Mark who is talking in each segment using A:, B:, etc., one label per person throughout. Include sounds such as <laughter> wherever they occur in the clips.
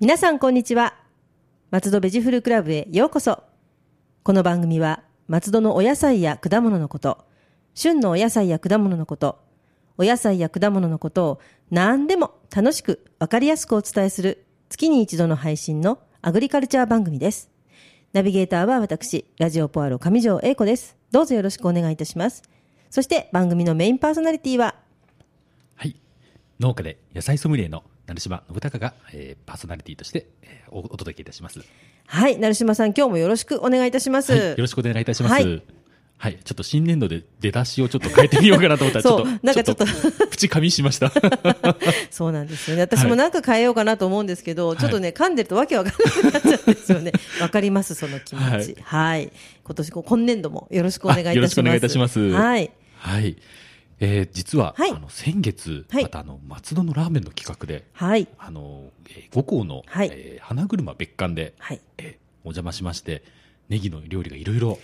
A: 皆さんこんにちは松戸ベジフルクラブへようこそこの番組は松戸のお野菜や果物のこと旬のお野菜や果物のことお野菜や果物のことを何でも楽しくわかりやすくお伝えする月に一度の配信のアグリカルチャー番組ですナビゲーターは私ラジオポアロ上条英子ですどうぞよろしくお願いいたしますそして番組のメインパーソナリティは
B: はい、農家で野菜ソムリエの成島信孝が、えーパーソナリティとして、えーおお届けいたします、
A: はい成島さん今日もよろしくお願いいたします、
B: はい、よろしくお願いいたします。
A: は
B: はいいちょっと新年度で出だしをちょっと変えてみようかなと思ったら、
A: そう
B: ちょっと、
A: なんか
B: ちょっと、口噛みしま
A: <laughs>
B: した。
A: そうなんですよね。私もなんか変えようかなと思うんですけど、ちょっとね、噛んでるとわけわかんなくなっちゃうんですよね。わかります、その気持ち。は
B: はいい。
A: 今年、今年度もよろしくお願いいたします。
B: よろしくお願いいたします。
A: はい。
B: はい。えー実は、
A: はい
B: あの、先月、
A: はい
B: またあの、松戸のラーメンの企画で、
A: はい。
B: あの、えー五校の、
A: はい
B: えー花車別館で、
A: はい。
B: えーお邪魔しまして、ネギの料理がいろいろ。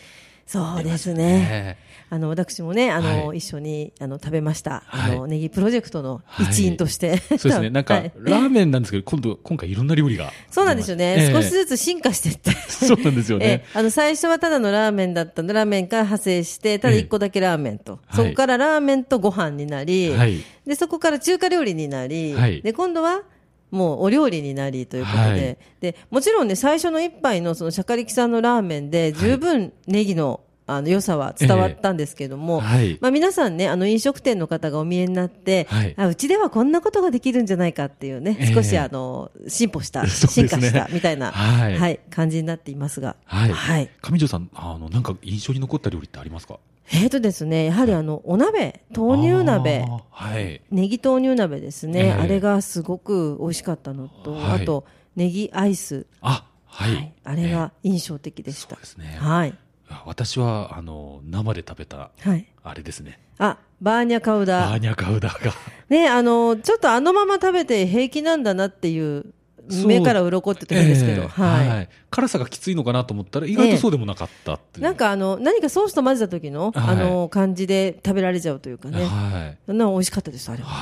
A: そうですね。
B: ね
A: あの、私もね、あの、
B: はい
A: 一緒に、あの、食べました。
B: はい
A: あの、ネギプロジェクトの一員として。 <laughs>
B: そうですね。なんか、
A: はい
B: ラーメンなんですけど、
A: <laughs>
B: 今度、今回いろんな料理が。
A: そうなんですよね、
B: ええ
A: 少しずつ進化していって。
B: そうなんですよね
A: え。えあの最初はただのラーメンだったのラーメンから派生してただ1個だけラーメンと、
B: ええ
A: そこからラーメンとご飯になり、
B: はい
A: でそこから中華料理になり、
B: はい
A: で今度はもうお料理になりということで,、
B: はい
A: でもちろんね最初の一杯のそのシャカリキさんのラーメンで十分ネギの,、あの良さは伝わったんですけども、
B: はい
A: まあ、皆さんねあの飲食店の方がお見えになって、
B: はい
A: あうちではこんなことができるんじゃないかっていうね、
B: ええ
A: 少しあの進歩した、
B: <laughs> そう
A: 進
B: です
A: 化
B: ね
A: したみたいな、
B: はい
A: 感じになっていますが、
B: はい。上条さん、あの、なんか印象に残った料理ってありますか
A: えっ、とですねやはりあのお鍋豆乳鍋
B: あーはい。
A: ネギ豆乳鍋です
B: え
A: ね、
B: え
A: あれがすごく美味しかったのと、
B: はい
A: あとネギアイス、
B: あ、はい。
A: はいあれが印象的で
B: えー
A: し
B: そ
A: た
B: うで、すね。
A: はい
B: いや私は、あの、生で食べた、
A: はい
B: あれですね。
A: あバーニャカウダ
B: バーニャカウダが。
A: ねあのちょっとあのまま食べて平気なんだなっていう
B: そう
A: 目から鱗ってとこですけど、
B: えー
A: はい、
B: はい。辛さがきついのかなと思ったら、意外とそうでもなかったっていう。
A: なん、かあの何かソースと混ぜた時の、
B: はい
A: あの感じで食べられちゃうというかね、
B: はい。
A: そんな美味しかったですあれは、
B: は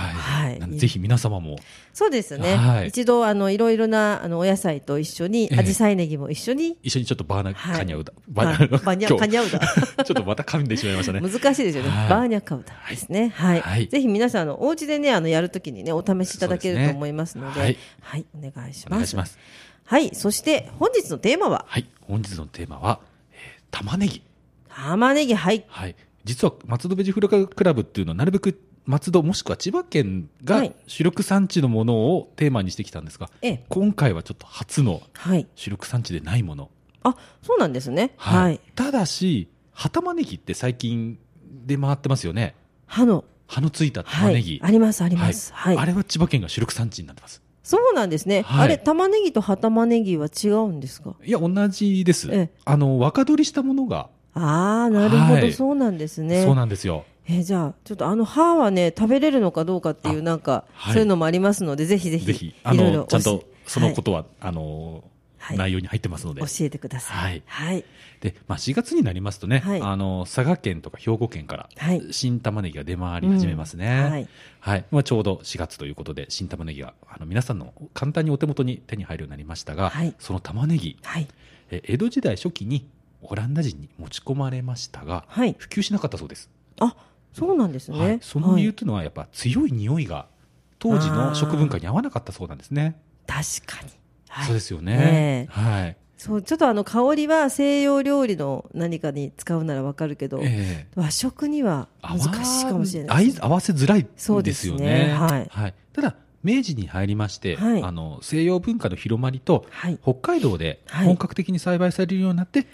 A: はい
B: いなんで。ぜひ皆様も、
A: そうですね、
B: はい
A: 一度あのいろいろなあのお野菜と一緒に
B: ええ
A: 紫陽花ネギも一緒に、
B: 一緒にちょっとバーニャ
A: はい
B: カニャウダ。
A: ババニャ
B: 今日
A: カニャウダ
B: ちょっとまた噛んでしまいました <laughs>
A: <laughs>
B: ね。
A: 難しいですよね、
B: はい
A: バーニャカウダですね、はい
B: はい
A: ぜひ皆さんあのお家でねあのやるときにねお試しいただけ
B: そう
A: る
B: です
A: と
B: ね
A: 思いますので、
B: はい
A: はい、お願いし
B: お
A: ます
B: 願いします。
A: はいそして本日のテーマは
B: はい、本日のテーマは、えー玉ねぎ。
A: 玉ねぎはい
B: はい、実は松戸ベジフルクラブっていうのはなるべく松戸もしくは千葉県
A: は
B: が
A: い
B: 主力産地のものをテーマにしてきたんですが、
A: ええ
B: 今回はちょっと初の
A: はい
B: 主力産地でないもの。
A: あそうなんですねはい、
B: ただし、葉玉ねぎって最近出回ってますよね。
A: 歯の
B: 葉のついた
A: は
B: 玉ね
A: い
B: ぎ。
A: ありますあります
B: は
A: はいい、
B: あれは千葉県が主力産地になってます。
A: そうなんですね、
B: はい
A: あれ玉ねぎと葉玉ねぎは違うんですか
B: いや、同じです。
A: ええ
B: あの、若取りしたものが、
A: ああなるほど、
B: はい
A: そうなんですね
B: そうなんですよ。
A: えーじゃあちょっとあの歯はね食べれるのかどうかっていうなんか、
B: はい
A: そういうのもありますのでぜひぜひ
B: ぜひ、あ
A: いろい
B: の、
A: ろ
B: ちゃんと
A: 教え
B: そのことは、あの、
A: はい
B: 内容に入ってますので
A: 教。えてくださいはい
B: で、まあ、4月になりますとね、
A: はい
B: あの佐賀県とか兵庫県から
A: はい
B: 新玉ねぎが出回り始めますね、
A: うんは
B: はいいまあ、ちょうど4月ということで新玉ねぎがあの皆さんの簡単にお手元に手に入るようになりましたが、
A: はい
B: その玉ねぎ
A: はい
B: え江戸時代初期にオランダ人に持ち込まれましたが、
A: はい
B: 普及しなかったそうです、
A: あそうなんですね、
B: はい、その理由
A: はい
B: というのはやっぱ強い匂いが当時の食文化に合わなかったそうなんですね、
A: 確かに、はい、
B: そうですよね、
A: え
B: はい
A: そうちょっとあの香りは西洋料理の何かに使うならわかるけど、
B: ええ
A: 和食には
B: 合わ
A: 難しいかもしれな
B: 合
A: い
B: い合わせづらい
A: そうで
B: ですす
A: ね
B: よね。
A: はい
B: ただ明治に入りまして、
A: はい
B: あの西洋文化の広まりと
A: はい
B: 北海道で
A: はい
B: 本格的に栽培されるようになって、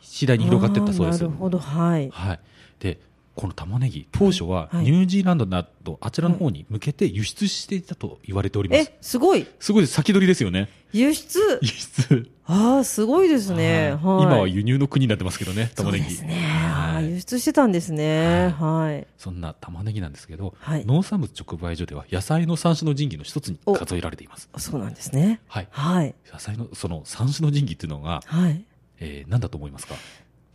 B: 次第に広がっていったそうです。
A: あーなるほどはい
B: はい。でこの玉ねぎ当初は
A: はい
B: ニュージーランドなどあちらの方に向けて輸出していたと言われております。
A: えすごい
B: すごい先取りですよね。
A: 輸出
B: 輸出。
A: ああすごいです
B: はい
A: ね、はい、
B: 今は輸入の国になってますけどね、玉ねぎ。
A: そうですね、
B: はい
A: あー輸出してたんですねはい、
B: そんな玉ねぎなんですけど、
A: はい
B: 農産物直売所では野菜の三種の神器の一つに数えられています。
A: そうなんですね
B: はい。
A: はい
B: 野菜のその三種の神器っていうのが、
A: はい
B: えー、何だと思いますか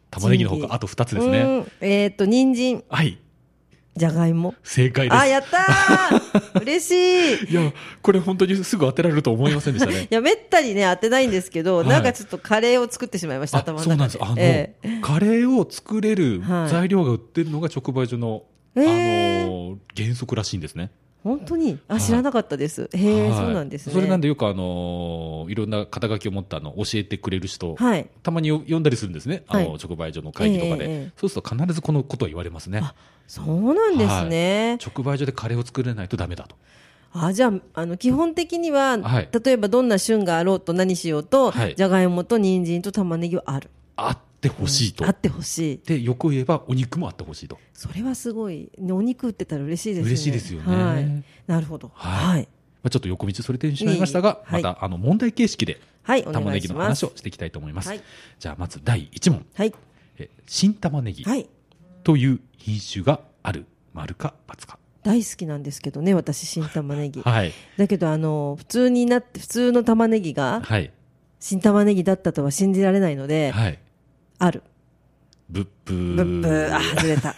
B: 玉ねぎのほ
A: 神器
B: かあと二つですね。
A: うんえーっと人参
B: はい。
A: じゃがいも。
B: 正解です
A: あ、やった
B: <laughs>
A: ー嬉しい
B: いやこれ本当にすぐ当てられると思いませんでした
A: い <laughs>
B: ね
A: や、めったにね、当てないんですけど、
B: はい
A: なんかちょっとカレーを作ってしまいまし
B: あ
A: た、頭の
B: そう
A: 中
B: なん
A: で。
B: ですあの、
A: ええ
B: カレーを作れる
A: はい
B: 材料が売ってるのが直売所の、
A: へ
B: あの原則らしいんですね
A: 本当にあ、
B: はい
A: 知らなかったです。へえ、
B: はい
A: そうなんですね。
B: それなんでよくあのいろんな肩書きを持ったあの教えてくれる人、
A: はい。
B: たまによ呼んだりするんですね、あ
A: は
B: の直売所の会議とかで、
A: ええええ
B: そうすると必ずこのことは言われますね
A: あそうなんですね。
B: 直売所でカレーを作れないとダメだと
A: あ、じゃあ、あの、基本的には、
B: はい
A: 例えばどんな旬があろうと何しようと、
B: はい
A: じゃがいもと人参と玉ねぎはある。
B: あってほしいと、
A: あってほしい。
B: でよく言えばお肉もあってほしいと
A: それはすごい、ねお肉売ってたら嬉しいですね。
B: 嬉しいですよね
A: はい。なるほど。
B: は
A: はい。
B: まあ、ちょっと横道それてしまいましたが、
A: いえいえはい
B: またあの問題形式で
A: はい、お
B: 玉
A: 願
B: ね
A: い
B: ぎ
A: し
B: の
A: ま
B: 話
A: す
B: を。していきたいと思います
A: はい
B: じゃあまず第1問
A: はい。
B: え新玉ねぎ
A: はい。
B: という品種がある丸か×か
A: 大好きなんですけどね、私、新玉ねぎ。
B: はい
A: だけど、あの、普通になって、普通の玉ねぎが、
B: はい
A: 新玉ねぎだったとは信じられないので、
B: はい
A: ある。
B: ブッブ
A: ブッブー、あ、
B: ー
A: 外れ
B: <laughs>
A: た。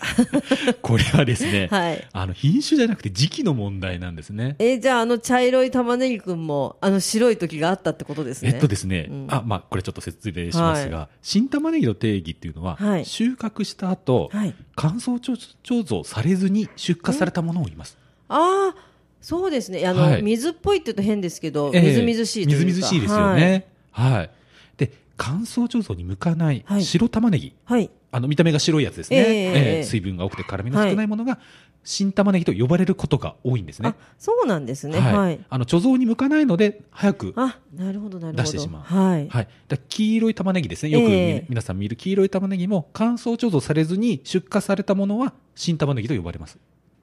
B: これはですね、
A: はい。
B: あの品種じゃなくて時期の問題なんですね
A: え、じゃあ、あの茶色い玉ねぎくんも、あの白い時があったってことです
B: え
A: ね。
B: っとですね、
A: うん
B: あまあ、これちょっと説明しますが、新玉ねぎの定義っていうのは、
A: はい
B: 収穫した後、
A: はい。
B: 乾燥貯貯蔵されずに出荷されたものを言います。
A: ああ、そうですね。あの、
B: はい
A: 水っぽいって言うと変ですけど、
B: ええ
A: みずみずしいというか。
B: みずみずしいですよね。はい。で、乾燥貯蔵に向かない
A: はい
B: 白玉ねぎ。
A: はい。はい。
B: あの見た目が白いやつですね、
A: ええええ
B: 水分が多くて辛みの少ないものが新玉ねぎと呼ばれることが多いんですね。
A: あ、そうなんですね。
B: はい
A: はい。
B: あの貯蔵に向かないので早く、は
A: あ、なるほど、なるほど。
B: 出してしまう
A: はい。
B: い、だ黄色い玉ねぎですねよくみ、
A: ええ
B: 皆さん見る黄色い玉ねぎも乾燥貯蔵されずに出荷されたものは新玉ねぎと呼ばれます。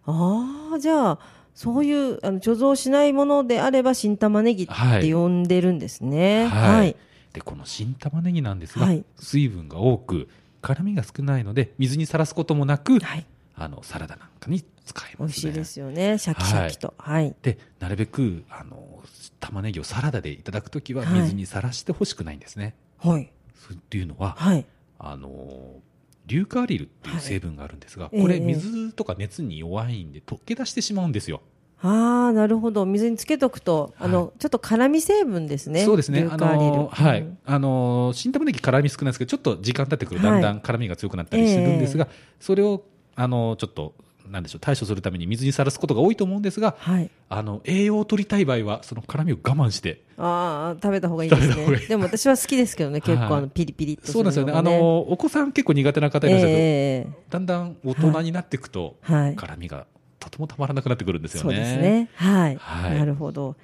A: ああ、じゃあ、そういう、あの、貯蔵しないものであれば、新玉ねぎっ
B: はい
A: て呼んでるんですね。
B: はい
A: はい。
B: でこの新玉ねぎなんですが、
A: はい
B: 水分が多く辛みが少ないので水にさらすこともなく、
A: はい。
B: あのサラダなんかに使えますね
A: 美味しいですよね。シャキシャキと。はい。
B: でなるべくあの玉ねぎをサラダでいただくときは
A: はい
B: 水にさらしてほしくないんですね、
A: はい。
B: そうっていうのは、
A: はい。
B: あの硫化アリルっていう成分があるんですが、
A: はい
B: こ
A: え
B: れ
A: え
B: 水とか熱に弱いんで溶け出してしまうんですよ、
A: ああ、なるほど。水につけとくと、あの、
B: は
A: ちょっと辛み成分ですね。
B: そうですね
A: 硫
B: あ
A: 化アリル
B: の、は
A: う
B: い
A: ん
B: あの新玉ねぎ辛み少ないですけどちょっと時間経ってくると
A: は
B: だ
A: い
B: んだん辛みが強くなったりするんですが、それをあのちょっとなんでしょう対処するために水にさらすことが多いと思うんですが
A: はい。
B: あの栄養を取りたい場合はその辛みを我慢して
A: ああ、食べた方がいいです
B: 食べた方が
A: ね
B: い。い
A: でも私は好きですけどね、結構
B: はい
A: あの、ピリピリっとす
B: そうな
A: るの
B: んですよね。
A: が
B: あの、お子さん結構苦手な方いらっしゃると、
A: ええ
B: だんだん大人になっていくと、
A: はい。
B: 辛みがとてもたまらなくなってくるんですよね。
A: そうです。ね。はい。
B: はい
A: なるほど。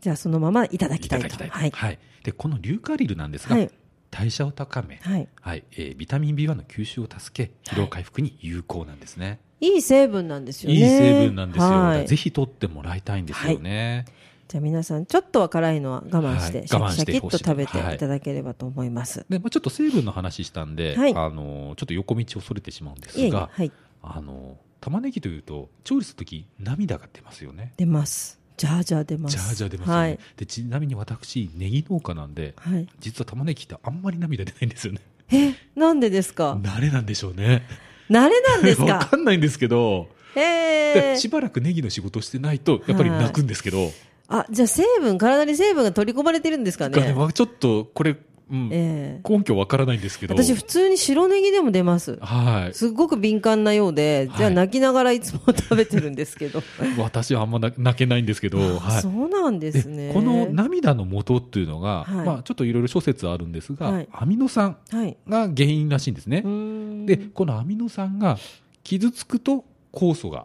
A: じゃあ、そのままいただき
B: い
A: た
B: た
A: い
B: だ
A: と。
B: きたい。は。
A: はいい。
B: で、この硫化アリルなんですが、
A: はい。
B: 代謝を高め、
A: はい。
B: はい、えービタミン B1 の吸収を助け、疲労回復に有効なんですね。
A: いい成分なんですよね。
B: いい成分なんですよ。
A: はい。
B: ぜひ取ってもらいたいんですよね。
A: じゃあ皆さん、ちょっとは辛いのは我慢して、
B: はい
A: シャキシャ
B: 我慢して
A: キっと
B: ほしい
A: 食べて
B: はい
A: いただければと思います。
B: で、まあちょっと成分の話したんで、
A: はい
B: あのちょっと横道をそれてしまうんです
A: いえいえ、
B: が、
A: はい。
B: あの玉ねぎというと調理するとき涙が出ますよね。
A: 出ます。じゃあじゃあ出ます。
B: ジャージャー出ますよね、
A: はい。
B: でちなみに私ネギ農家なんで
A: はい。
B: 実は玉ねぎってあんまり涙出ないんですよね
A: え、なんでですか
B: 慣れなんでしょうね
A: 慣れなんです
B: <laughs> わ
A: か
B: かんないんですけど、
A: え
B: でしばらくネギの仕事してないとやっぱり泣くんですけど、
A: あ、じゃあ成分、体に成分が取り込まれてるんですか
B: がね
A: ね。
B: わちょっとこれ、うん
A: ええ
B: 根拠わからないんですけど
A: 私、普通に白ネギでも出ます。
B: はい
A: すっごく敏感なようで、じゃあ
B: はい
A: 泣きながらいつも食べてるんですけど。
B: 私はあんまな泣けないんです <laughs> けど、はい、
A: そうなんですね。
B: この涙の元っていうのが、
A: はい
B: まあ、ちょっといろいろ諸説あるんですが、
A: はい
B: アミノ酸
A: はい。
B: が原因らしいんですね、
A: うーん
B: でこのアミノ酸が傷つくと酵素が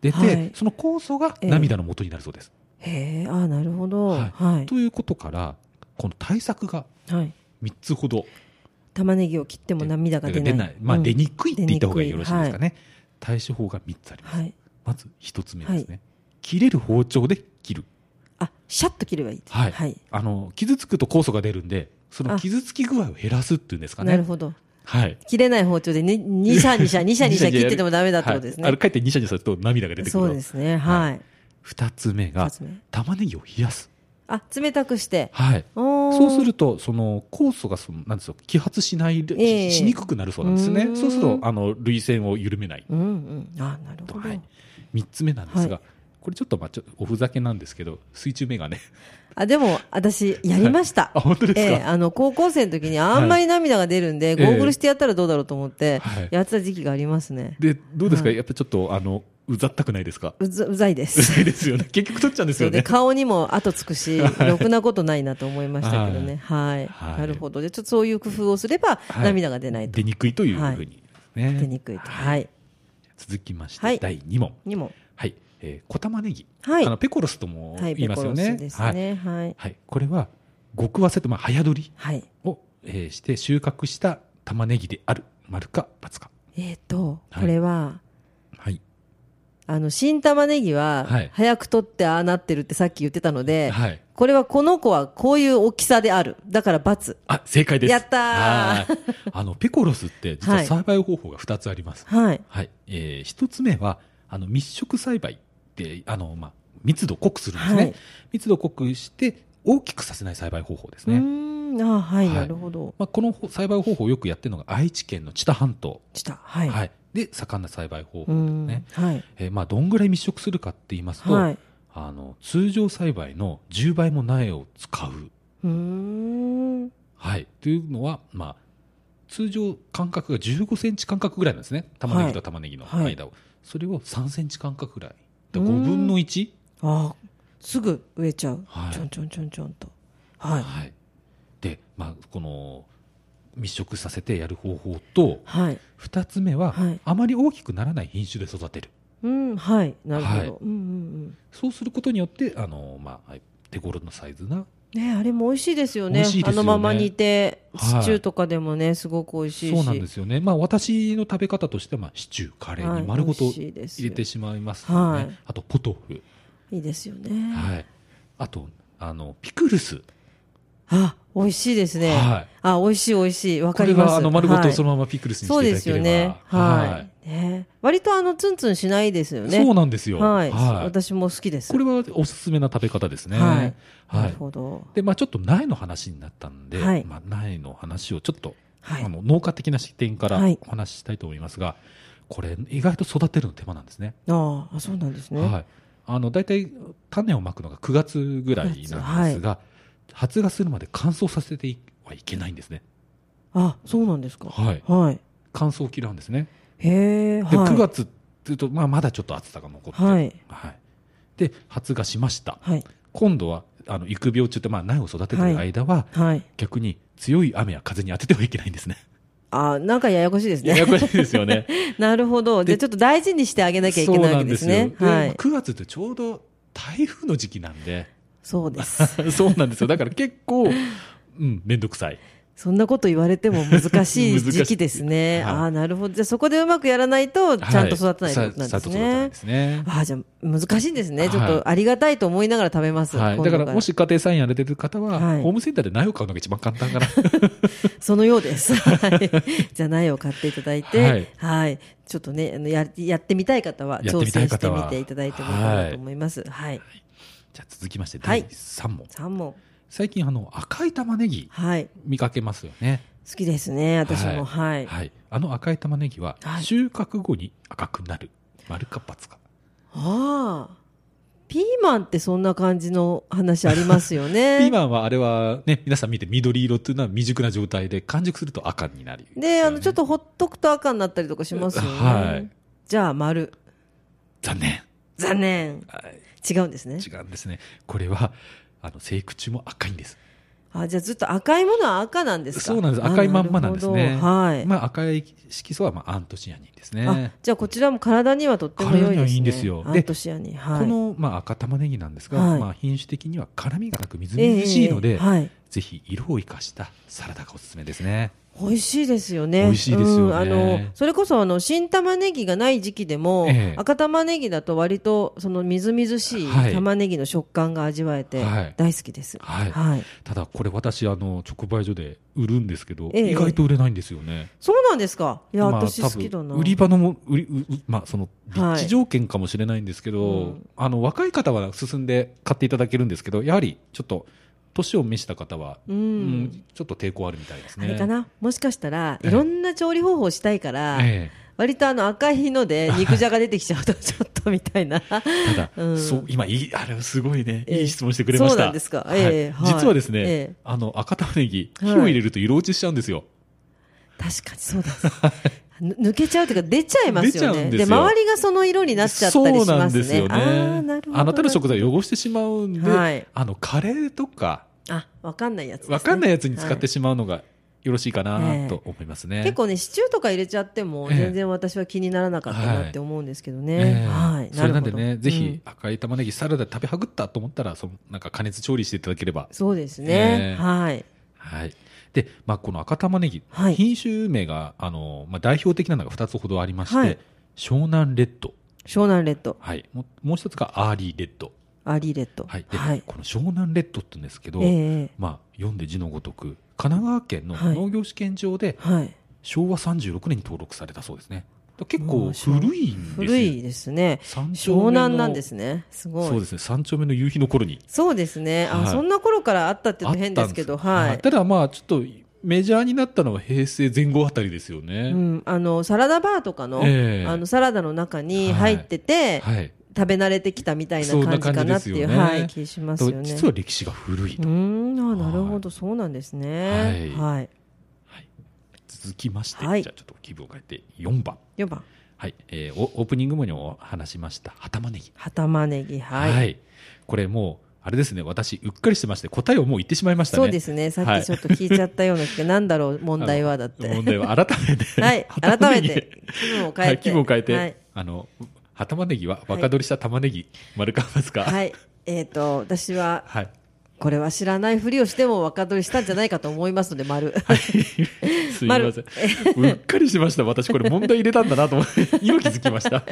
B: 出て、
A: はい
B: その酵素が涙の元になるそうです。
A: へえ、あ、なるほど。
B: は
A: はいい
B: ということからこの対策が
A: はい。
B: 3つほど
A: 玉ねぎを切っても涙が出ない。
B: まあ、
A: うん
B: 出にくいって言った方がよろしいですかね、対処法が3つあります、
A: はい。
B: まず1つ目ですね、切れる包丁で切る
A: あ、シャッと切ればいいです。
B: はいあの傷つくと酵素が出るんでその
A: あ
B: 傷つき具合を減らすっていうんですか
A: なる
B: ね
A: ほど。
B: はい
A: 切れない包丁で、ね、にしゃに
B: <laughs>
A: しゃ、にしゃにしゃ切っててもダメだってことです
B: はいあ
A: ね
B: の。かえって2社にすると涙が出てく
A: そう
B: る
A: ですね。はい。
B: 2つ目が
A: 二つ目
B: 玉ねぎを冷やす
A: あ冷たくして
B: はい。
A: そ
B: そうすると、その酵素がそのなんですよ揮発しない、
A: ええ
B: ししにくくなるそうなんです
A: う
B: ね
A: ーん。
B: そうすると、あの涙腺を緩めない。
A: うんうんあなるほど、
B: はい三つ目なんですが、
A: は
B: これちょっとまあちょっとおふざけなんですけど、水中メガネ。
A: あでも私やりました、
B: あ本当です
A: え
B: か。
A: えあの高校生の時にあんまり涙が出るんで、ゴーグルしてやったらどうだろうと思って
B: はい
A: やってた時期がありますね、
B: でどうですか、
A: はい
B: やっぱちょっとあのうざったくないですか。
A: うざうざいで
B: う
A: す
B: ざいですよね。結局取っちゃうんです
A: そ
B: よ
A: うで
B: ね。
A: 顔にも後つくし、ろくなことないなと思いましたけどね。はい。
B: はい
A: なるほど。で、ちょっとそういう工夫をすれば、
B: はい
A: 涙が出ないと。
B: 出にくいというふうに、ね
A: 出にくいと。はい。
B: 続きまして、
A: はい
B: 第2問。
A: にも。
B: はい。えー小玉ねぎ。
A: はい
B: あのペコロスとも
A: はい。
B: 言い
A: ペ
B: ます
A: コ
B: よ
A: ロ
B: ね。
A: スです
B: はい。
A: ね。はい。
B: はいこれは極わせとまあ早取り
A: はい。
B: を、えーして収穫した玉ねぎである。丸か×か。
A: えっと、
B: はい
A: これは、
B: はい。
A: あの、新玉ねぎは
B: はい、
A: 早く取ってああなってるってさっき言ってたので、
B: はい。
A: これはこの子はこういう大きさである。だから×。
B: あ正解です。
A: やったー
B: はいあのペコロス
A: <laughs>
B: って実
A: は
B: はい栽培方法が2つあります。
A: はい。
B: はい、えー一つ目はあの密植栽培ってあの、まあ、密度を濃くするんですね、
A: はい
B: 密度を濃くして大きくさせない栽培方法です
A: うー
B: ね、
A: ん。あはい。
B: はい
A: なるほど。
B: まあ、この栽培方法をよくやってるのが愛知県の知多半島、
A: した。は
B: はい
A: い。
B: で盛んな栽培方
A: う
B: 法、
A: ん
B: ね。
A: はい。
B: えーまあ、どんぐらい密植するかって言いますと、
A: はい。
B: あの通常栽培の10倍も苗を使う、
A: うーん。
B: はい、というのは、まあ、通常間隔が15センチ間隔ぐらいなんですね玉ねぎと玉ねぎの
A: はい
B: 間を、それを3センチ間隔ぐらい5分の 1?
A: ああすぐ植えちゃう、
B: はい
A: ちょんちょんちょんちょんとはい
B: はい、で、まあ、この密植させてやる方法と
A: はい
B: 2つ目は、
A: はい
B: あまり大きくならない品種で育てる
A: うんはいなるほど、
B: はい
A: うんうん
B: そうすることによってあの、まあ、手頃のサイズな
A: うんねあれも美味しいですよ
B: 美
A: ね
B: 味しいですよ
A: あ
B: ね
A: のまま煮て
B: はい
A: シチューとかでもね、すごく美味しいし
B: そうなんですすよね、まあ、私の食べ方としては、まあ、シチューカレーに丸ごと
A: はい美味
B: 入
A: しいですよ
B: れてしまいますよね、
A: はい
B: あとポトフ、
A: いいですよね、
B: はい、あとあのピクルス、
A: あ美味しいですね、
B: はい
A: あ美味しい美味しいわ
B: こ
A: か
B: れ
A: ります
B: はあの丸ごとそ
A: の
B: のままピクルスにし
A: そう
B: ていた
A: で
B: だ
A: す
B: けれ
A: よ
B: ば、
A: ねはい、ね割とあのツンツンしないですよね
B: そうなんですよ、
A: はい、
B: はい、
A: 私も好きです
B: これはおすすめな食べ方ですね。
A: はい
B: は
A: ないる。ほど
B: で、まあちょっと苗の話になったんで、
A: はい
B: まあ苗の話をちょっと、
A: はい
B: あの農家的な視点から
A: はい
B: お話ししたいと思いますが、これ意外と育てるの手間なんですね。
A: ああそうなんですね、
B: はい。あの大体種をまくのが9月ぐらいなんですが、
A: 9月
B: 発芽するまで乾燥させてはいけないんですね。
A: あそうなんですか
B: はい。
A: はい
B: 乾燥を嫌うんですね。
A: へえ、
B: で、
A: はい。
B: 9月っていうと、まあまだちょっと暑さが残って、
A: はい。
B: はい。で、発芽しました。
A: はい。
B: 今度はあの育苗中って、まあ、苗を育ててる間は、
A: はい。
B: 逆に強い雨や風に当ててはいけないんです
A: <laughs>
B: ね。
A: あ、なんかややこしいです
B: や
A: ね
B: や。こしいですよね。
A: <laughs> なるほど。じゃあ
B: で
A: ちょっと大事にしてあげなきゃいけないわけですね。
B: そうな
A: は
B: ん
A: い。
B: ですよでまあ9月ってちょうど台風の時期なんで、
A: そうです。
B: <laughs> そうなんですよ。だから結構、うん、めんどくさい。
A: <laughs> そんなこと言われても難
B: <laughs>
A: しい
B: 難しい
A: 時期ですね。
B: はい
A: ああ、なるほど。じゃあそこでうまくやらないと、ちゃんと育たないってことなんです
B: はいささっと育たない
A: ね
B: で。すね。
A: ああ、じゃあ難しいんですね。
B: はい
A: ちょっとありがたいと思いながら食べます。
B: はい、
A: 今
B: だ
A: 度
B: からもし家庭菜園やれてる方は、
A: はい
B: ホームセンターで苗を買うのが一番簡
A: <laughs>
B: 単かな。
A: そのようです。 <laughs> はいじゃあ苗を買っていただいて、
B: は
A: はい
B: い。
A: ちょっとね、あのややってみたい方は、
B: やっ
A: 挑
B: てみたい
A: 戦して
B: 方
A: み
B: は
A: ていただいてもいいかなと思います。はい。
B: じゃあ続きまして、
A: はい
B: 第3問。
A: 三問。
B: 最近、あの、赤い玉ねぎ
A: はい。
B: 見かけますよね。
A: 好きですね、私も。はい。
B: はい、あの赤い玉ねぎは
A: はい
B: 収穫後に赤くなる、丸か×か
A: ああ。ピーマンってそんな感じの話ありますよね。
B: <laughs> ピーマンはあれはね皆さん見て緑色というのは未熟な状態で完熟すると赤になる、
A: で、あの、ちょっとほっとくと赤になったりとかしますよね。
B: はい
A: じゃあ、丸。
B: 残念、
A: 残念。違うんですね。
B: 違うんですねこれはあの生育中も赤いんです
A: あ、じゃあずっと赤いものは赤なんですか
B: そうなんです
A: あ
B: 赤いまんまなんです
A: な
B: ね
A: るほどはい。
B: まあ、赤い色素は、まあ、アントシアニンです
A: あ
B: ね、
A: じゃあこちらも体にはとっても良いですね。
B: 体にはいいんですよ
A: アントシアニン。はい。
B: この、まあ、赤玉ねぎなんですが、
A: はい
B: まあ、品種的には辛みがなくみず
A: ええ
B: みずしいので、
A: ええはい。
B: ぜひ色を生かしたサラダがおすすめですね
A: 美味しいですよね。
B: 美味しいですよね
A: うんあのそれこそあの新玉ねぎがない時期でも、
B: ええ
A: 赤玉ねぎだと割とそのみずみずし
B: はい
A: い玉ねぎの食感が味わえて
B: はい
A: 大好きです。
B: はい
A: はい。
B: ただこれ私あの直売所で売るんですけど、
A: ええ
B: 意外と売れないんですよね。
A: そうなんですか。いや
B: まあ
A: 私
B: 多
A: 好
B: 分
A: きだな。
B: 売り場のも売りううまあその
A: はい
B: 立地条件かもしれないんですけど、
A: うん
B: あの若い方は進んで買っていただけるんですけど、やはりちょっと年を召した方は、
A: う。
B: うんん、ちょっと抵抗あるみたいです
A: あ
B: ね。
A: れかな。もしかしたら
B: ええ
A: いろんな調理方法をしたいから。
B: ええ
A: 割とあの赤い
B: <laughs>
A: ので肉じゃが出てきちゃうとちょっとみたいな。
B: ただ、
A: うん
B: そう今いいあれすごいね、
A: ええ
B: いい質問してくれました。
A: そうなんですかええはい
B: 実はですね、
A: ええ
B: あの赤玉ねぎ
A: は
B: 火
A: い
B: を入れると色落ちしちゃうんですよ。
A: 確かにそうです。 <laughs> ぬ抜けちゃうというか出ちゃいますよ
B: 出ちゃう
A: ね。
B: んですよ
A: 周りがその色になっちゃったり
B: そ
A: し
B: うな
A: ま
B: ん
A: すね。
B: ですよね。
A: あーなるほど。
B: あなたの食材を汚してしまうんで、
A: はい
B: あのカレーとか
A: あ、わかんないやつです、ね。
B: わかんないやつに使って
A: は
B: しまうのがよろしいかなと思いますね。
A: い結構ね、シチューとか入れちゃっても、
B: ええ
A: 全然私は気にならなかったなって思うんですけどね。
B: ええ
A: はい。
B: それなんで
A: るほ
B: ね、
A: ど
B: ぜ
A: うん
B: ひ赤い玉ねぎサラダ食べはぐったと思ったら、そのなんか加熱調理していただければ。
A: そうですね
B: え。え
A: はい。
B: はい。で、まあ、この赤玉ねぎ、
A: はい
B: 品種名が、あの、まあ、代表的なのが2つほどありまして、
A: はい
B: 湘南レッド、
A: 湘南レッド、
B: はい。もうもう一つがアーリーレッド。
A: アリレッド。
B: はい。で、この湘南レッドって言うんですけど、
A: ええ
B: まあ、読んで字のごとく、神奈川県の
A: はい
B: 農業試験場で
A: はい。
B: 昭和36年に登録されたそうですね。だから結
A: う
B: 構
A: ん昭和
B: 古いんですよ。
A: 古いですね。
B: 三丁目の
A: 湘南なんですね。すごい。
B: そうですね。三丁目の夕日の頃に。
A: そうですね。あ、
B: はい
A: そんな頃からあったって言うと変ですけど、
B: あったん
A: は
B: です
A: い。
B: ただまあ、ちょっとメジャーになったのは平成前後あたりですよ
A: う
B: ね。
A: ん、あのサラダバーとかの,、
B: ええ
A: あのサラダの中に入ってて、
B: はい。
A: 食べ慣れてきたみたいな
B: そんな
A: 感じかなってい
B: 感じです
A: う
B: よね
A: はい、気しますよね。
B: 実は歴史が古いうと。
A: ーんあなるほどそうなんですね。
B: は
A: はい、
B: はい続きまして、
A: はい
B: じゃあちょっと気分を変えて4番。
A: 4番
B: はい。えーおオープニング後にも話しました、はたまねぎ。
A: はたまねぎはい、
B: これもう、あれですね、私、うっかりしてまして、答えをもう言ってしまいましたね。
A: そうですねさ
B: は
A: っ
B: い
A: きちょっと聞いちゃったような気
B: <laughs>
A: が、なんだろう問題はだって
B: 問題は改めて。
A: <laughs> は
B: <laughs>
A: い
B: はたまね
A: 改
B: ぎ
A: めて気分を変えて、
B: はい、気分を変えて、
A: はい、
B: あの、は玉ねぎは若取りした玉ねぎ、丸かますか
A: はいえっ、と私は
B: はい。
A: これは知らないふりをしても若取りしたんじゃないかと思いますの
B: <laughs>
A: で丸
B: すいません。うっかりしました。私、これ問題入れたんだなと思って、
A: <laughs>
B: 今気づきました。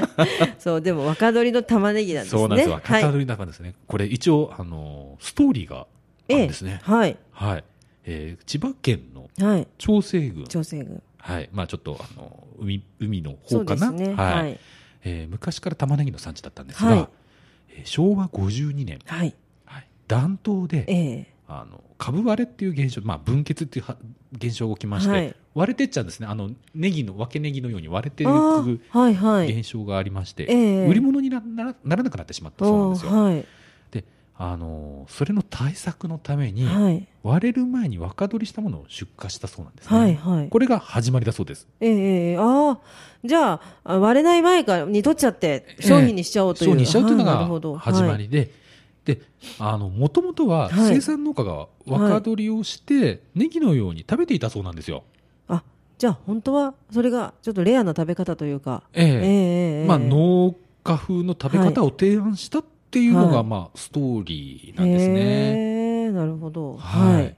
A: そうでも若取りの玉ねぎなんですね
B: そうなんですよ。
A: は
B: カ
A: い
B: タルリナなんですね。これ、一応、あの、ストーリーがあるんですね。
A: ええはい
B: はい。えー千葉県の
A: はい
B: 長生郡。
A: 調整軍
B: はい。まあ、ちょっと、あの、海、海の
A: そ
B: 方
A: う
B: か
A: で
B: な。
A: すね
B: は。
A: はいい
B: えー昔から玉ねぎの産地だったんですが、
A: はい
B: えー昭和52年、
A: はい
B: はい、暖冬で、
A: ええ
B: あの株割れっていう現象、まあ、分欠っていうは現象が起きまして、
A: はい
B: 割れてっちゃうんですねあのネギの分けネギのように割れてい
A: あ
B: く
A: ーはいはい
B: 現象がありまして、
A: ええ
B: 売り物になならならなくなってしまったそうなん
A: お
B: ですよ、
A: ーはい
B: あのーそれの対策のために
A: はい
B: 割れる前に若取りしたものを出荷したそうなんですね、
A: はいはい
B: これが始まりだそうです
A: ええええああじゃああ割れない前からに取っちゃって商品にしちゃおうという、
B: 商品にしちゃうというの
A: はいなるほど
B: が始まりで、であの元々は
A: はい
B: 生産農家が若取りをして、ネギのように食べていたそうなんですよ、
A: はいあじゃあ本当はそれがちょっとレアな食べ方というか
B: ええ
A: ええええ
B: まあ、
A: ええ
B: 農家風の食べ方を提案したっていうの
A: は
B: が、
A: い
B: まあ、ストーリーなんですね。
A: へえなるほ
B: は
A: どはいい、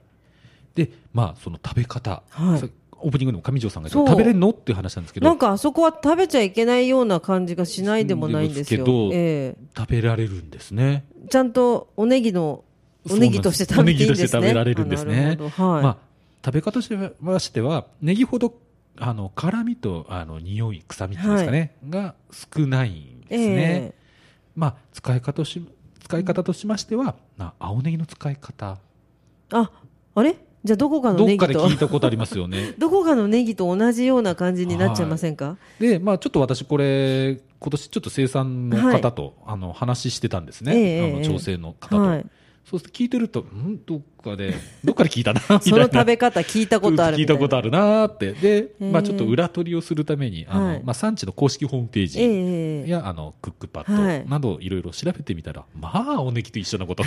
B: で、まあ、その食べ方、
A: はい
B: さオープニングでも上条さんが
A: そう
B: 食べれんのっていう話なんですけ
A: な
B: ど
A: ん、かあそこは食べちゃいけないような感じがしないでもないんですよ。
B: ですけど
A: え
B: 食べられるんですね。
A: えちゃんとおネギのおネギとして食べていいんですね。
B: そうなんですおネギとして食べられるんですね
A: あなるほどはい。
B: まあ、食べ方としてましては、ネギほど、あの、辛みと、あの、匂い、臭みっていうんですかね、が少ないんですね。
A: え
B: まあ、使い方とし、使い方としましては、な青ネギの使い方、
A: えあ、あれじゃあどこかの
B: ど
A: ネ
B: っ
A: ギ
B: か
A: と
B: で聞いたことありますよね。
A: どこかのネギと同じような感じになっちゃいませんか。
B: で、まあ、ちょっと私、これ、今年ちょっと生産の方と、あの話してたんですね、
A: ええ
B: あ
A: え
B: の
A: え
B: 調整の方と、
A: はい。
B: そうすると聞いてると、んどっかで、どっかで聞いた
A: <laughs>
B: なみたいな、
A: その食べ方聞いたことある
B: 聞
A: み
B: い
A: たい
B: た
A: な。
B: ことあ
A: る。
B: るなーって、で、
A: ええ
B: まあ、ちょっと裏取りをするために、あの
A: はい
B: まあ、産地の公式ホームページ。
A: ええええ
B: やあのクックパ
A: は
B: ッ
A: い
B: ドなどいろいろ調べてみたら、まあおねぎと一緒なこと、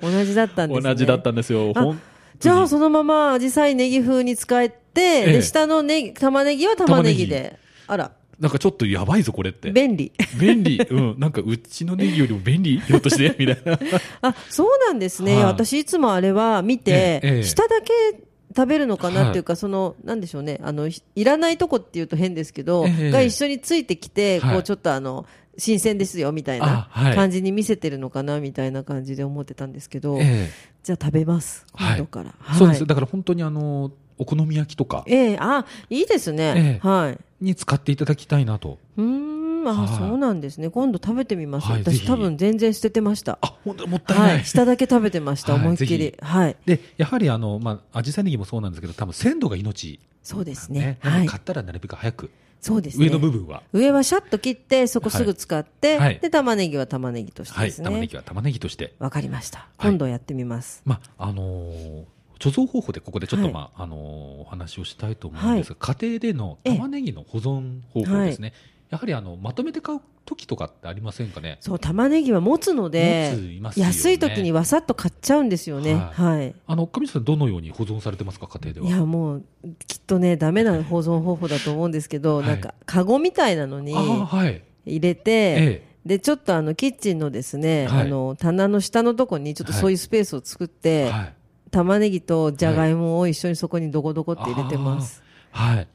A: 同じだったんです、ね。
B: 同じだったんですよ
A: あ
B: ほん
A: じゃあそのまま紫陽花ネギ風に使えて、
B: ええ
A: で下のネギ玉ねぎは玉ねぎで、あら
B: なんかちょっとやばいぞこれって
A: <laughs> 便利。
B: 便利、うん、なんかうちのネギよりも便利ひょっとしてみたいな
A: あそうなんですね、
B: はい
A: 私いつもあれは見て、
B: ええええ
A: 下だけ食べるのかなっていうか、そのなんでしょうねあのひいらないとこっていうと変ですけど、
B: ええ
A: が一緒についてきて、
B: はい
A: こうちょっとあの新鮮ですよみたい
B: あ
A: な
B: はい
A: 感じに見せてるのかなみたいな感じで思ってたんですけど、
B: え
A: じゃあ食べます
B: はい
A: 今度から、
B: えそうです
A: は
B: よ
A: い
B: だから本当にあのお好み焼きとか
A: ええあいいですね、
B: え
A: はい
B: に使っていただきたいなと
A: うーんあ、
B: はい
A: そうなんですね今度食べてみます、
B: はいぜ
A: 私
B: ひ
A: 多分全然捨ててました
B: あ本当もったいない、
A: はい下だけ食べてました、
B: はい
A: 思いっき
B: ぜ
A: りはい
B: でやはりあのまあ紫陽花ネギもそうなんですけど多分鮮度が命
A: そう
B: で
A: ですね
B: なの
A: は
B: で
A: い
B: 買ったらなるべく早く、
A: そうですね
B: 上の部分は
A: 上はシャッと切ってそこすぐ使って、
B: はいはい
A: で玉ねぎは玉ねぎとして
B: は
A: で
B: い
A: すね、
B: 玉ねぎは玉ねぎとして
A: わかりました
B: はい
A: 今度やってみます、
B: まああのー貯蔵方法でここでちょっと、
A: はい
B: まああのーお話をしたいと思うんですが、家庭での
A: ええ
B: 玉ねぎの保存方法ですね、やはりあのまとめて買う時とかってありませんかね
A: そう玉ねぎは持つので
B: 持ついますよね
A: 安い時にわさっと買っちゃうんですよねはい、
B: あの上地さんどのように保存されてますか家庭で
A: い、
B: は
A: やもうきっとねダメな保存方法だと思うんですけど、
B: はい
A: なんかカゴみたいなのに
B: ああはい
A: 入れて、
B: え
A: でちょっとあのキッチンのですね、
B: はい
A: あの棚の下のとこにちょっとそういうスペースを作っ
B: え
A: て、
B: はい
A: 玉ねぎとじゃがいもを一緒にそこにどこどこって入れてます、
B: はい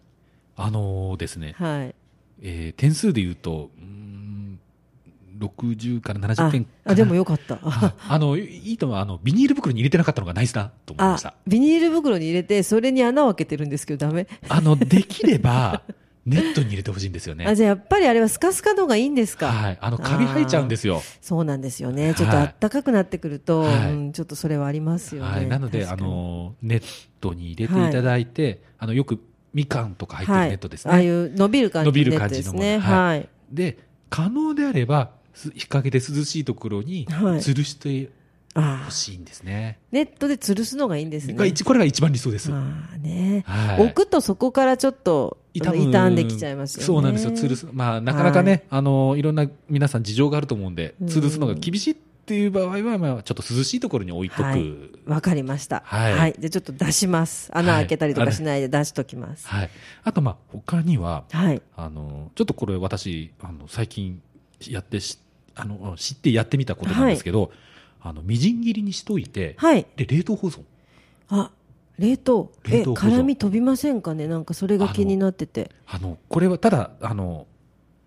B: あのーですね、
A: はい
B: えー点数で言うとうーん60から70
A: あ
B: 点かな
A: あでもよかった
B: <laughs> ああのいいと思うあのビニール袋に入れてなかったのがナイスだと思いました
A: あビニール袋に入れてそれに穴を開けてるんですけどダメ、
B: あの、できれば、ネットに入れてほしいんですよね。
A: あじゃあやっぱりあれはスカスカの方がいいんですか、
B: はい。あの、カビ生えちゃうんですよ。
A: そうなんですよ
B: は
A: ね
B: い
A: ちょっと暖かくなってくると、
B: はい
A: うん、ちょっとそれはありますよね、
B: はい。なので、あ
A: 確かに
B: の、ネットに入れていただいて、あの、よくみかんとか入ってるネットですね。
A: はい、ああいう伸びる感じの
B: 伸び
A: ネ
B: る
A: ッ
B: 感
A: ト
B: じ
A: で
B: の
A: す
B: もの
A: ねは、
B: はいで、可能であれば、す日陰で涼しいところに
A: はい
B: 吊るして
A: あ
B: ほ
A: あ
B: しいんですね。
A: ネットで吊るすのがいいんですね
B: が一これが一番理想です。
A: まあね、
B: はい
A: 置くとそこからちょっとあの傷んできちゃいますよね
B: そうなんですよ。吊るす。まあ、なかなかね、
A: はい
B: あの、いろんな皆さん事情があると思うんで、
A: うん
B: 吊るすのが厳しいっていう場合は、まあ、ちょっと涼しいところに置いとく。
A: はいわかりましたは、
B: はいい
A: でちょっと出します穴開けたりとかしないで出しときますは
B: はい。あと、まあ、他には、
A: い、
B: あの、ちょっとこれ私、あの、最近やってし、あの、知ってやってみたことなんですけど、あの、みじん切りにしといて、
A: はい、
B: で、冷凍保存。
A: あ冷凍え
B: 冷凍保存
A: 辛み飛びませんかねなんかそれが気になってて
B: あの、これはただ、あの、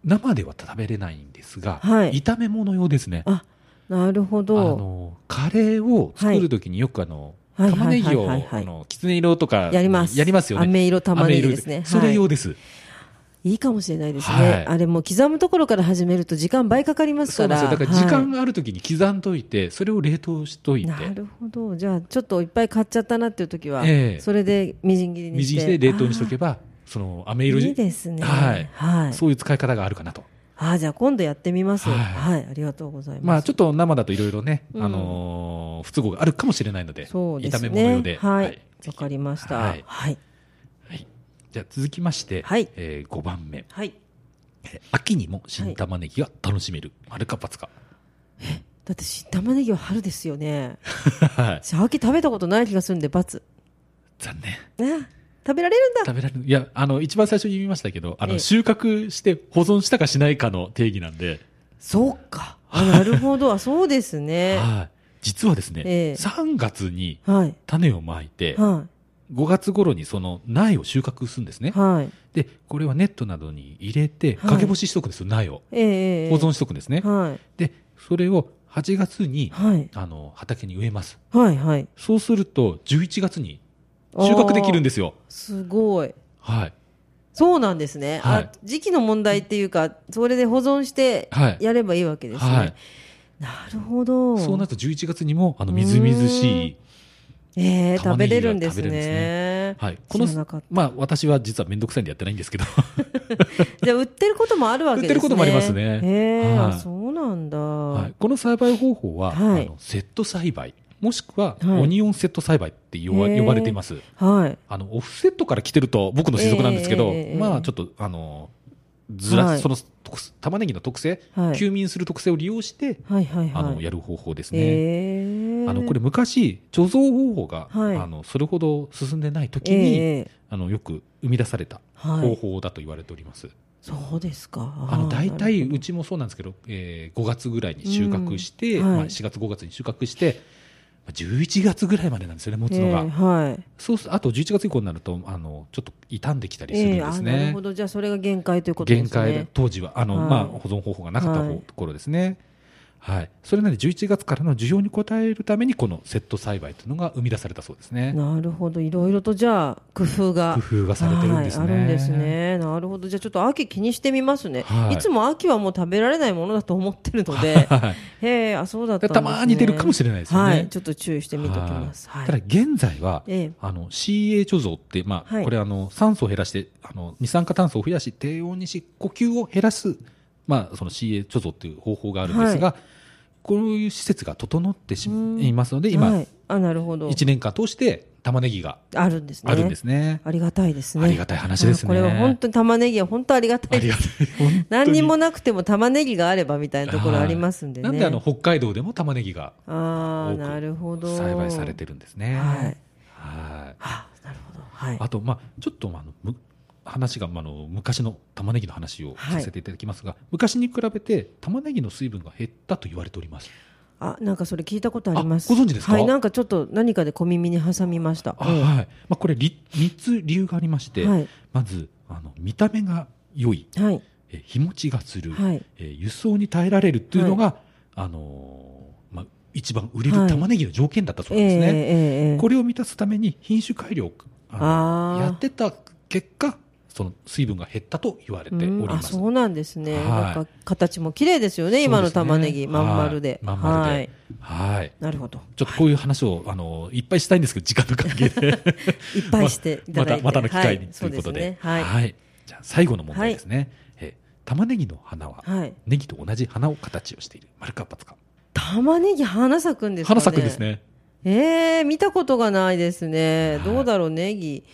B: 生では食べれないんですが、
A: はい
B: 炒め物用ですね。あ
A: あなるほど
B: の、カレーを作るときによくあの、
A: はい
B: 玉ねぎを、
A: はいはいはいはい
B: あの、きつね色とか、
A: やります
B: やりますよね。
A: 飴色玉ねぎです
B: 飴
A: ね
B: 色それ
A: はい
B: 用です。
A: いいかもしれないですね、
B: はい
A: あれもう刻むところから始めると時間倍かかります
B: そ
A: か
B: うなん
A: ら
B: ですよ。だから時間があるときに刻んどいて、それを冷凍しといて。
A: はいなるほどじゃあちょっといっぱい買っちゃったなっていう時は、
B: ええ
A: それでみじん切りに
B: み
A: し
B: じ
A: て
B: んして冷凍にしておけば、その飴色
A: あー
B: に
A: いいですね
B: はい
A: はい
B: そういう使い方があるかなと。
A: あーじゃあ今度やってみますは、
B: はいい
A: ありがとうございます、
B: まあちょっと生だといろいろね、
A: うん
B: あのー不都合があるかもしれないので、
A: そうですね
B: 炒め物用で。
A: はいわ、
B: はい
A: かりましたは
B: はいい
A: はい、
B: はいじゃあ続きまして、
A: はい
B: え5番目。えー秋にも新玉ねぎが楽しめる。アルカパツカ。
A: だって新玉ねぎは春ですよね
B: はい
A: 私秋食べたことない気がするんで×
B: <laughs> 残念。
A: ね食べられるんだ
B: 食べられる。いや、あの、一番最初に言いましたけど、あ
A: ええ
B: の、収穫して保存したかしないかの定義なんで、
A: そうかあなるほどあそうです
B: <laughs>
A: ね
B: はい。実はです
A: ええ
B: ね、3月に
A: はい
B: 種をまいて、
A: は
B: 5月頃にその苗を収穫するんです
A: い
B: ね。
A: はい
B: で、これはネットなどに入れて、
A: はい
B: 掛け干ししとくんですよ、苗を。
A: ええええ
B: 保存しとくんですね。
A: はい
B: で、それを8月に、
A: はい
B: あの、畑に植えます。
A: はいはい
B: そうすると、11月に収穫できるんで
A: で
B: すよ。
A: すごい
B: はい。
A: そうなんですね、
B: はい
A: あ時期の問題っていうかそれで保存して
B: はい
A: やればいいわけですね、
B: はい。
A: なるほど
B: そうなると11月にも、あの、みずみずしい、
A: えー、食
B: 玉ね
A: べ
B: ぎが
A: れるんです
B: 食べれるんです
A: ね。
B: はい。こ
A: 知
B: の
A: らなかった、
B: まあ、私は実はめんどくさいんでやってないんですけど、
A: じゃあ売ってることもあるわけですね。
B: 売ってることもありますね
A: えー
B: はい
A: あそうなんだ。
B: はい <laughs> この栽培方法は、
A: はい
B: あのセット栽培、もしくは、
A: はい
B: オニオンセット栽培って呼ば
A: へー
B: 呼ばれています。
A: はい。
B: あの、オフセットから来てると僕の推測なんですけど、
A: ええええええ
B: まあちょっと、あの、ずら、
A: はい
B: その、特玉ねぎの特性、
A: はい。
B: 休眠する特性を利用して、
A: はいはい
B: あ
A: はい。
B: の、やる方法ですね。
A: えー
B: あの、これ昔、貯蔵方法が、
A: はい
B: あの、それほど進んでない時に、
A: えー
B: あの、よく生み出された
A: は
B: 方
A: い。
B: 法だと言われております。
A: そうですか。
B: あの、大体、
A: なるほど
B: うちもそうなんですけど、えー、5月ぐらいに収穫して、
A: うんはい
B: まあ、4月5月に収穫して、 11月ぐらいまでなんですよね、持つのが。
A: ええはい。
B: そうすあと11月以降になるとあの、ちょっと傷んできたりするん
A: ええ
B: で
A: あ
B: す
A: なる
B: ね
A: ほ。ど。じゃあ、それが限界ということです
B: 限
A: ね。
B: 界で、当時は、あの、
A: はい
B: まあ、保存方法がなかった
A: はい
B: ところですね。はい。それなので、11月からの需要に応えるために、このセット栽培というのが生み出されたそうですね。
A: なるほど。いろいろと、じゃあ、工夫が。
B: 工夫がされてるんですね。
A: はい、あるんです。ね。なるほど。じゃあちょっと秋気にしてみますね。
B: はい
A: い、つも秋はもう食べられないものだと思ってるので、
B: はい。
A: へえ、あ、そうだったん
B: <laughs> で
A: です、
B: た
A: ね。
B: まーに出るかもしれないですよね。
A: はい、ちょっと注意してみておきます。は
B: はいた
A: い。
B: だ現在は、
A: ええ
B: あの CA 貯蔵って、まあ
A: はい
B: これあの酸素を減らしてあの二酸化炭素を増やし低温にし呼吸を減らす、まあ、その CA 貯蔵っていう方法があるんですが、こういう施設が整ってし
A: うん
B: いますので今、
A: はい、あ、なるほど。
B: 1年間通して玉ねぎが
A: あるんですね。
B: あるんですね。
A: ありがたいですね。
B: ありがたい話ですね。
A: あこれは本当に玉ねぎは本当ありがた
B: <laughs> あ
A: い
B: り
A: で
B: が
A: す。
B: たい本当に
A: 何にもなくても玉ねぎがあればみたいなところありますんでね。
B: はいなんであの北海道でも玉ねぎが
A: あー
B: 多く
A: なるほど。
B: 栽培されてるんですね。
A: はい
B: はい
A: はあ、なるほど。はい。
B: あと、まあ、ちょっとあのむ話が、まあ、あの昔の玉ねぎの話を
A: はい
B: させていただきますが、昔に比べて玉ねぎの水分が減ったと言われております。
A: あ、なんかそれ聞いたことあります。
B: あご存知ですか
A: はい、なんかちょっと何かで小耳に挟みました。
B: あはいまあ、これ3つ理由がありまして、
A: はい
B: まずあの見た目が良い
A: はい。
B: え日持ちがする、
A: はい。
B: え輸送に耐えられるというのが、あのーまあ、一番売れる玉ねぎの条件だったそうなんですね。
A: ええええ
B: これを満たすために品種改良をあの
A: あー
B: やってた結果その水分が減ったと言われており
A: うんあ
B: ます。
A: そうなんですね、
B: はい
A: なんか形も綺麗ですよね、今の玉ねぎ、
B: そうですね
A: まん丸で。
B: はいまん丸で
A: はい
B: はい。
A: なるほど、
B: ちょっとこういう話を、あの、いっぱいしたいんですけど、時間の関係で。
A: いっぱいしていた
B: また、
A: だいて、
B: またの機会に、
A: はい
B: ということで。
A: そうですね、はい、は
B: はいじゃあ、最後の問題ですね。えー玉ねぎの花は、
A: い
B: ネギと同じ花を形をしている。丸か×か。
A: 玉ねぎ花咲くんですか
B: 花
A: ね、
B: 咲くんです、ね。
A: えー、見たことがないです
B: はい
A: ね、どうだろう、ネギ、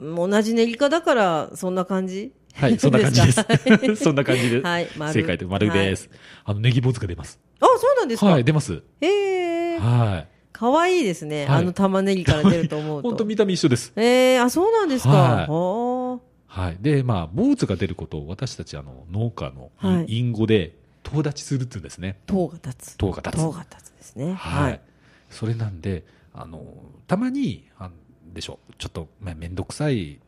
A: 同じネギ科だから、そんな感じ、 <laughs>
B: はい、そんな感じです
A: かは
B: <laughs>
A: い。
B: そんな感じで。
A: はい丸
B: 正解と丸です。あの、ネギ坊主が出ます。
A: あそうなんですか、
B: はい、出ます。
A: えー、
B: はい。
A: かわいいですね、
B: はい
A: あの玉ねぎから出ると思うと。
B: <laughs> 本当見た目一緒です。
A: えー、あそうなんですか、
B: はい
A: は
B: はい。で、まあ、坊主が出ることを私たち、あの、農家の
A: はい
B: 隠語で、遠立ちするっていうんですね。
A: あ塔が立つ
B: 塔が立つ
A: 塔が立つですね
B: はい、それなんであのたまにあんでしょうちょっとまあ面倒くさい、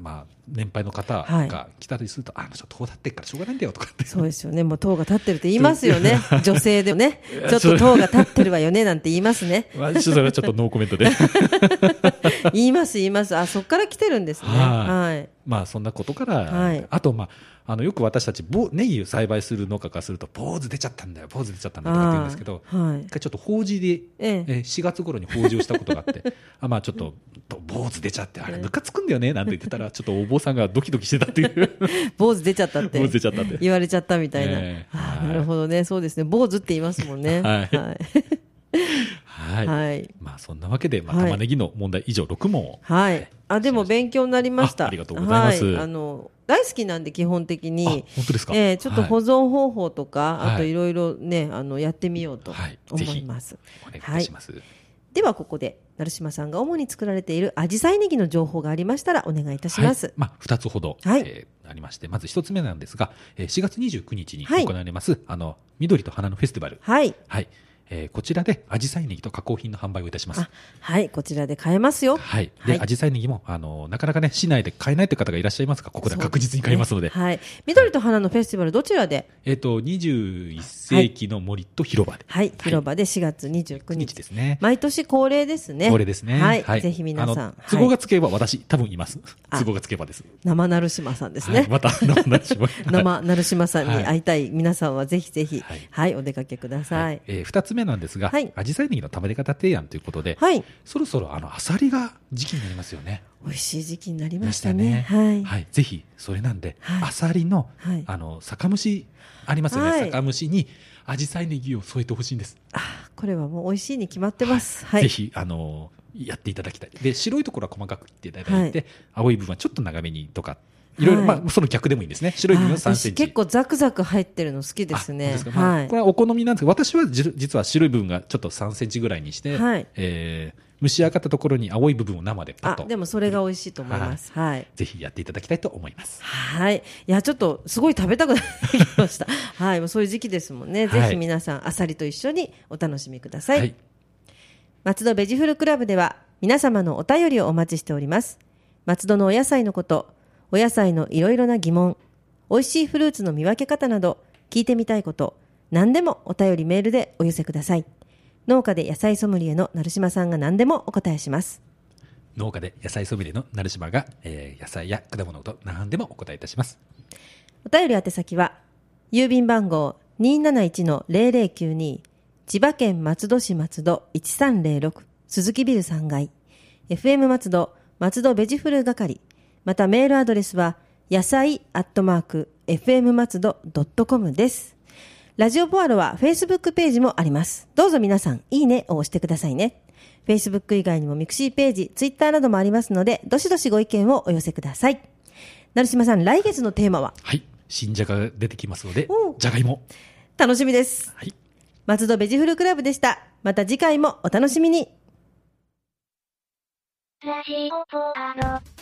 B: まあ、年配の方
A: はい
B: が来たりすると、あちょっと遠立ってっからしょうがないんだよとかって <laughs>
A: そうですよね。もう塔が立ってるって言いますよね。女性でもね。
B: いや
A: ちょっと塔が立ってるわよね、なんて言いますね。
B: まあちょっとそれはちょっとノーコメン
A: <laughs>
B: トで
A: 言います、言います。あ、そっから来てるんですね。
B: は
A: はい。
B: まあそんなことから、
A: はい
B: あと、まあ、あのよく私たちぼネギを栽培する農家からすると坊主出ちゃったんだよ坊主出ちゃったんだよとかって言うんですけど
A: あーはい
B: 一。回ちょっと法事で
A: ええ。
B: えー4月頃に法事をしたことがあってあまあちょっとと坊主出ちゃってあれムカつくんだよねなんて言ってたらちょっとお坊さんがドキドキしてたって
A: <laughs>
B: いう。
A: 坊主出ちゃったって。
B: 坊主出ちゃったって
A: 言われちゃったみたいな。
B: ええ
A: あ
B: は
A: ー
B: い
A: なるほどね。そうですね。坊主って言いますもんね。
B: はい
A: はい。
B: はい。
A: はい。
B: まあそんなわけで、まあ、
A: はい
B: 玉ねぎの問題以上6問を。
A: はい。あ、でも勉強になりました。
B: あありがとうございます
A: はいあの、大好きなんで基本的
B: あ、本
A: に。
B: 当ですか。
A: ええちょっと保
B: はい
A: 存方法とか、
B: はい
A: あといろいろね、あの、やってみようと
B: はい
A: 思
B: ぜひ
A: います。
B: お願いします。
A: ではここで成島さんが主に作られているアジサイネギの情報がありましたらお願いいたします、
B: はい、まあ、2つほど、
A: はい
B: えーありまして、まず1つ目なんですが、えー、4月29日に
A: はい
B: 行われます、あの、緑と花のフェスティバル。
A: はい
B: はい。えーこちらで、アジサイネギと加工品の販売をいたします
A: あ。はいこちらで買えますよ
B: はい。で、
A: はい
B: アジサイネギも、あの、なかなかね、市内で買えないという方がいらっしゃいますが、ここでは確実に買えますので、
A: はい緑と花のフェスティバルどちらで
B: えっ、と、21世紀の森と広場で。
A: はい、広場で4月29
B: 9
A: 日
B: 日
A: で
B: ですすね。
A: 毎年恒例ですね
B: これですね。
A: はい、ぜひ皆さ
B: あ
A: ん
B: の都合
A: は
B: が
A: い、
B: つけば私、多分います。
A: あ
B: 都合がつけばです。
A: 生成島さんです
B: は
A: ね
B: い、、また、生成
A: <laughs>
B: 島。
A: 生成島さんに会いたい皆さんはぜひぜひは
B: はいい、
A: お出かけくださ
B: はいい。えー二つ目なんですが
A: はい、
B: アジサイネギの食べ方提案ということで、
A: はい、
B: そろそろあのアサリが時期になりますよね。
A: 美味しい時期になり
B: い
A: ましたねはい、
B: はい、ぜひそれなんで、
A: はい
B: アサリの
A: はい
B: あの酒蒸しありますよ
A: はい
B: ね。酒蒸しにアジサイネギを添えてほしいんです。
A: あこれはもう美味しいに決まってますはい、
B: ぜひあのやっていただきたい。で白いところは細かく切っていただいて、青い部分はちょっと長めにとか、いろいろ
A: はい
B: まあその逆でもいいんですね。白い部分は3
A: あ
B: セ
A: 私
B: ンチ。
A: 結構ザクザク入ってるの好きです
B: あ
A: ね
B: 本当。ですかまあ
A: はい
B: こ。れはお好みなんですけど、私はじ実は白い部分がちょっと3センチぐらいにして、
A: はい
B: えー蒸し上がったところに青い部分を生でパッ
A: あ
B: と、
A: でもそれが美味しいと思います。はい。
B: ぜひやっていただきたいと思います。
A: はい。いや、ちょっと、すごい食べたくなってきました。はい。もうそういう時期ですもんね。
B: はい
A: ぜひ皆さん、アサリと一緒にお楽しみください。松戸ベジフルクラブでは皆様のお便りをお待ちしております。松戸のお野菜のこと、お野菜のいろいろな疑問、美味しいフルーツの見分け方など、聞いてみたいこと、何でもお便りメールでお寄せください。農家で野菜ソムリエの成島さんが何でもお答えします。
B: 農家で野菜ソムリエの成島が、えー野菜や果物のこと何でもお答えいたします
A: お便り宛先は、郵便番号271-0092、千葉県松戸市松戸1306、鈴木ビル3階、FM 松戸、松戸ベジフル係、またメールアドレスは、野菜アットマーク、FM 松戸 .com です。ラジオポアロは Facebook ページもあります。どうぞ皆さん、いいねを押してくださいね。Facebook 以外にもミクシーページ、Twitter などもありますので、どしどしご意見をお寄せください。成島さん、来月のテーマは
B: はい新じゃがが出てきますので
A: おう
B: じゃがいも
A: 楽しみです。
B: はい
A: 松戸ベジフルクラブでした。また次回もお楽しみに。
C: ラジオポアド。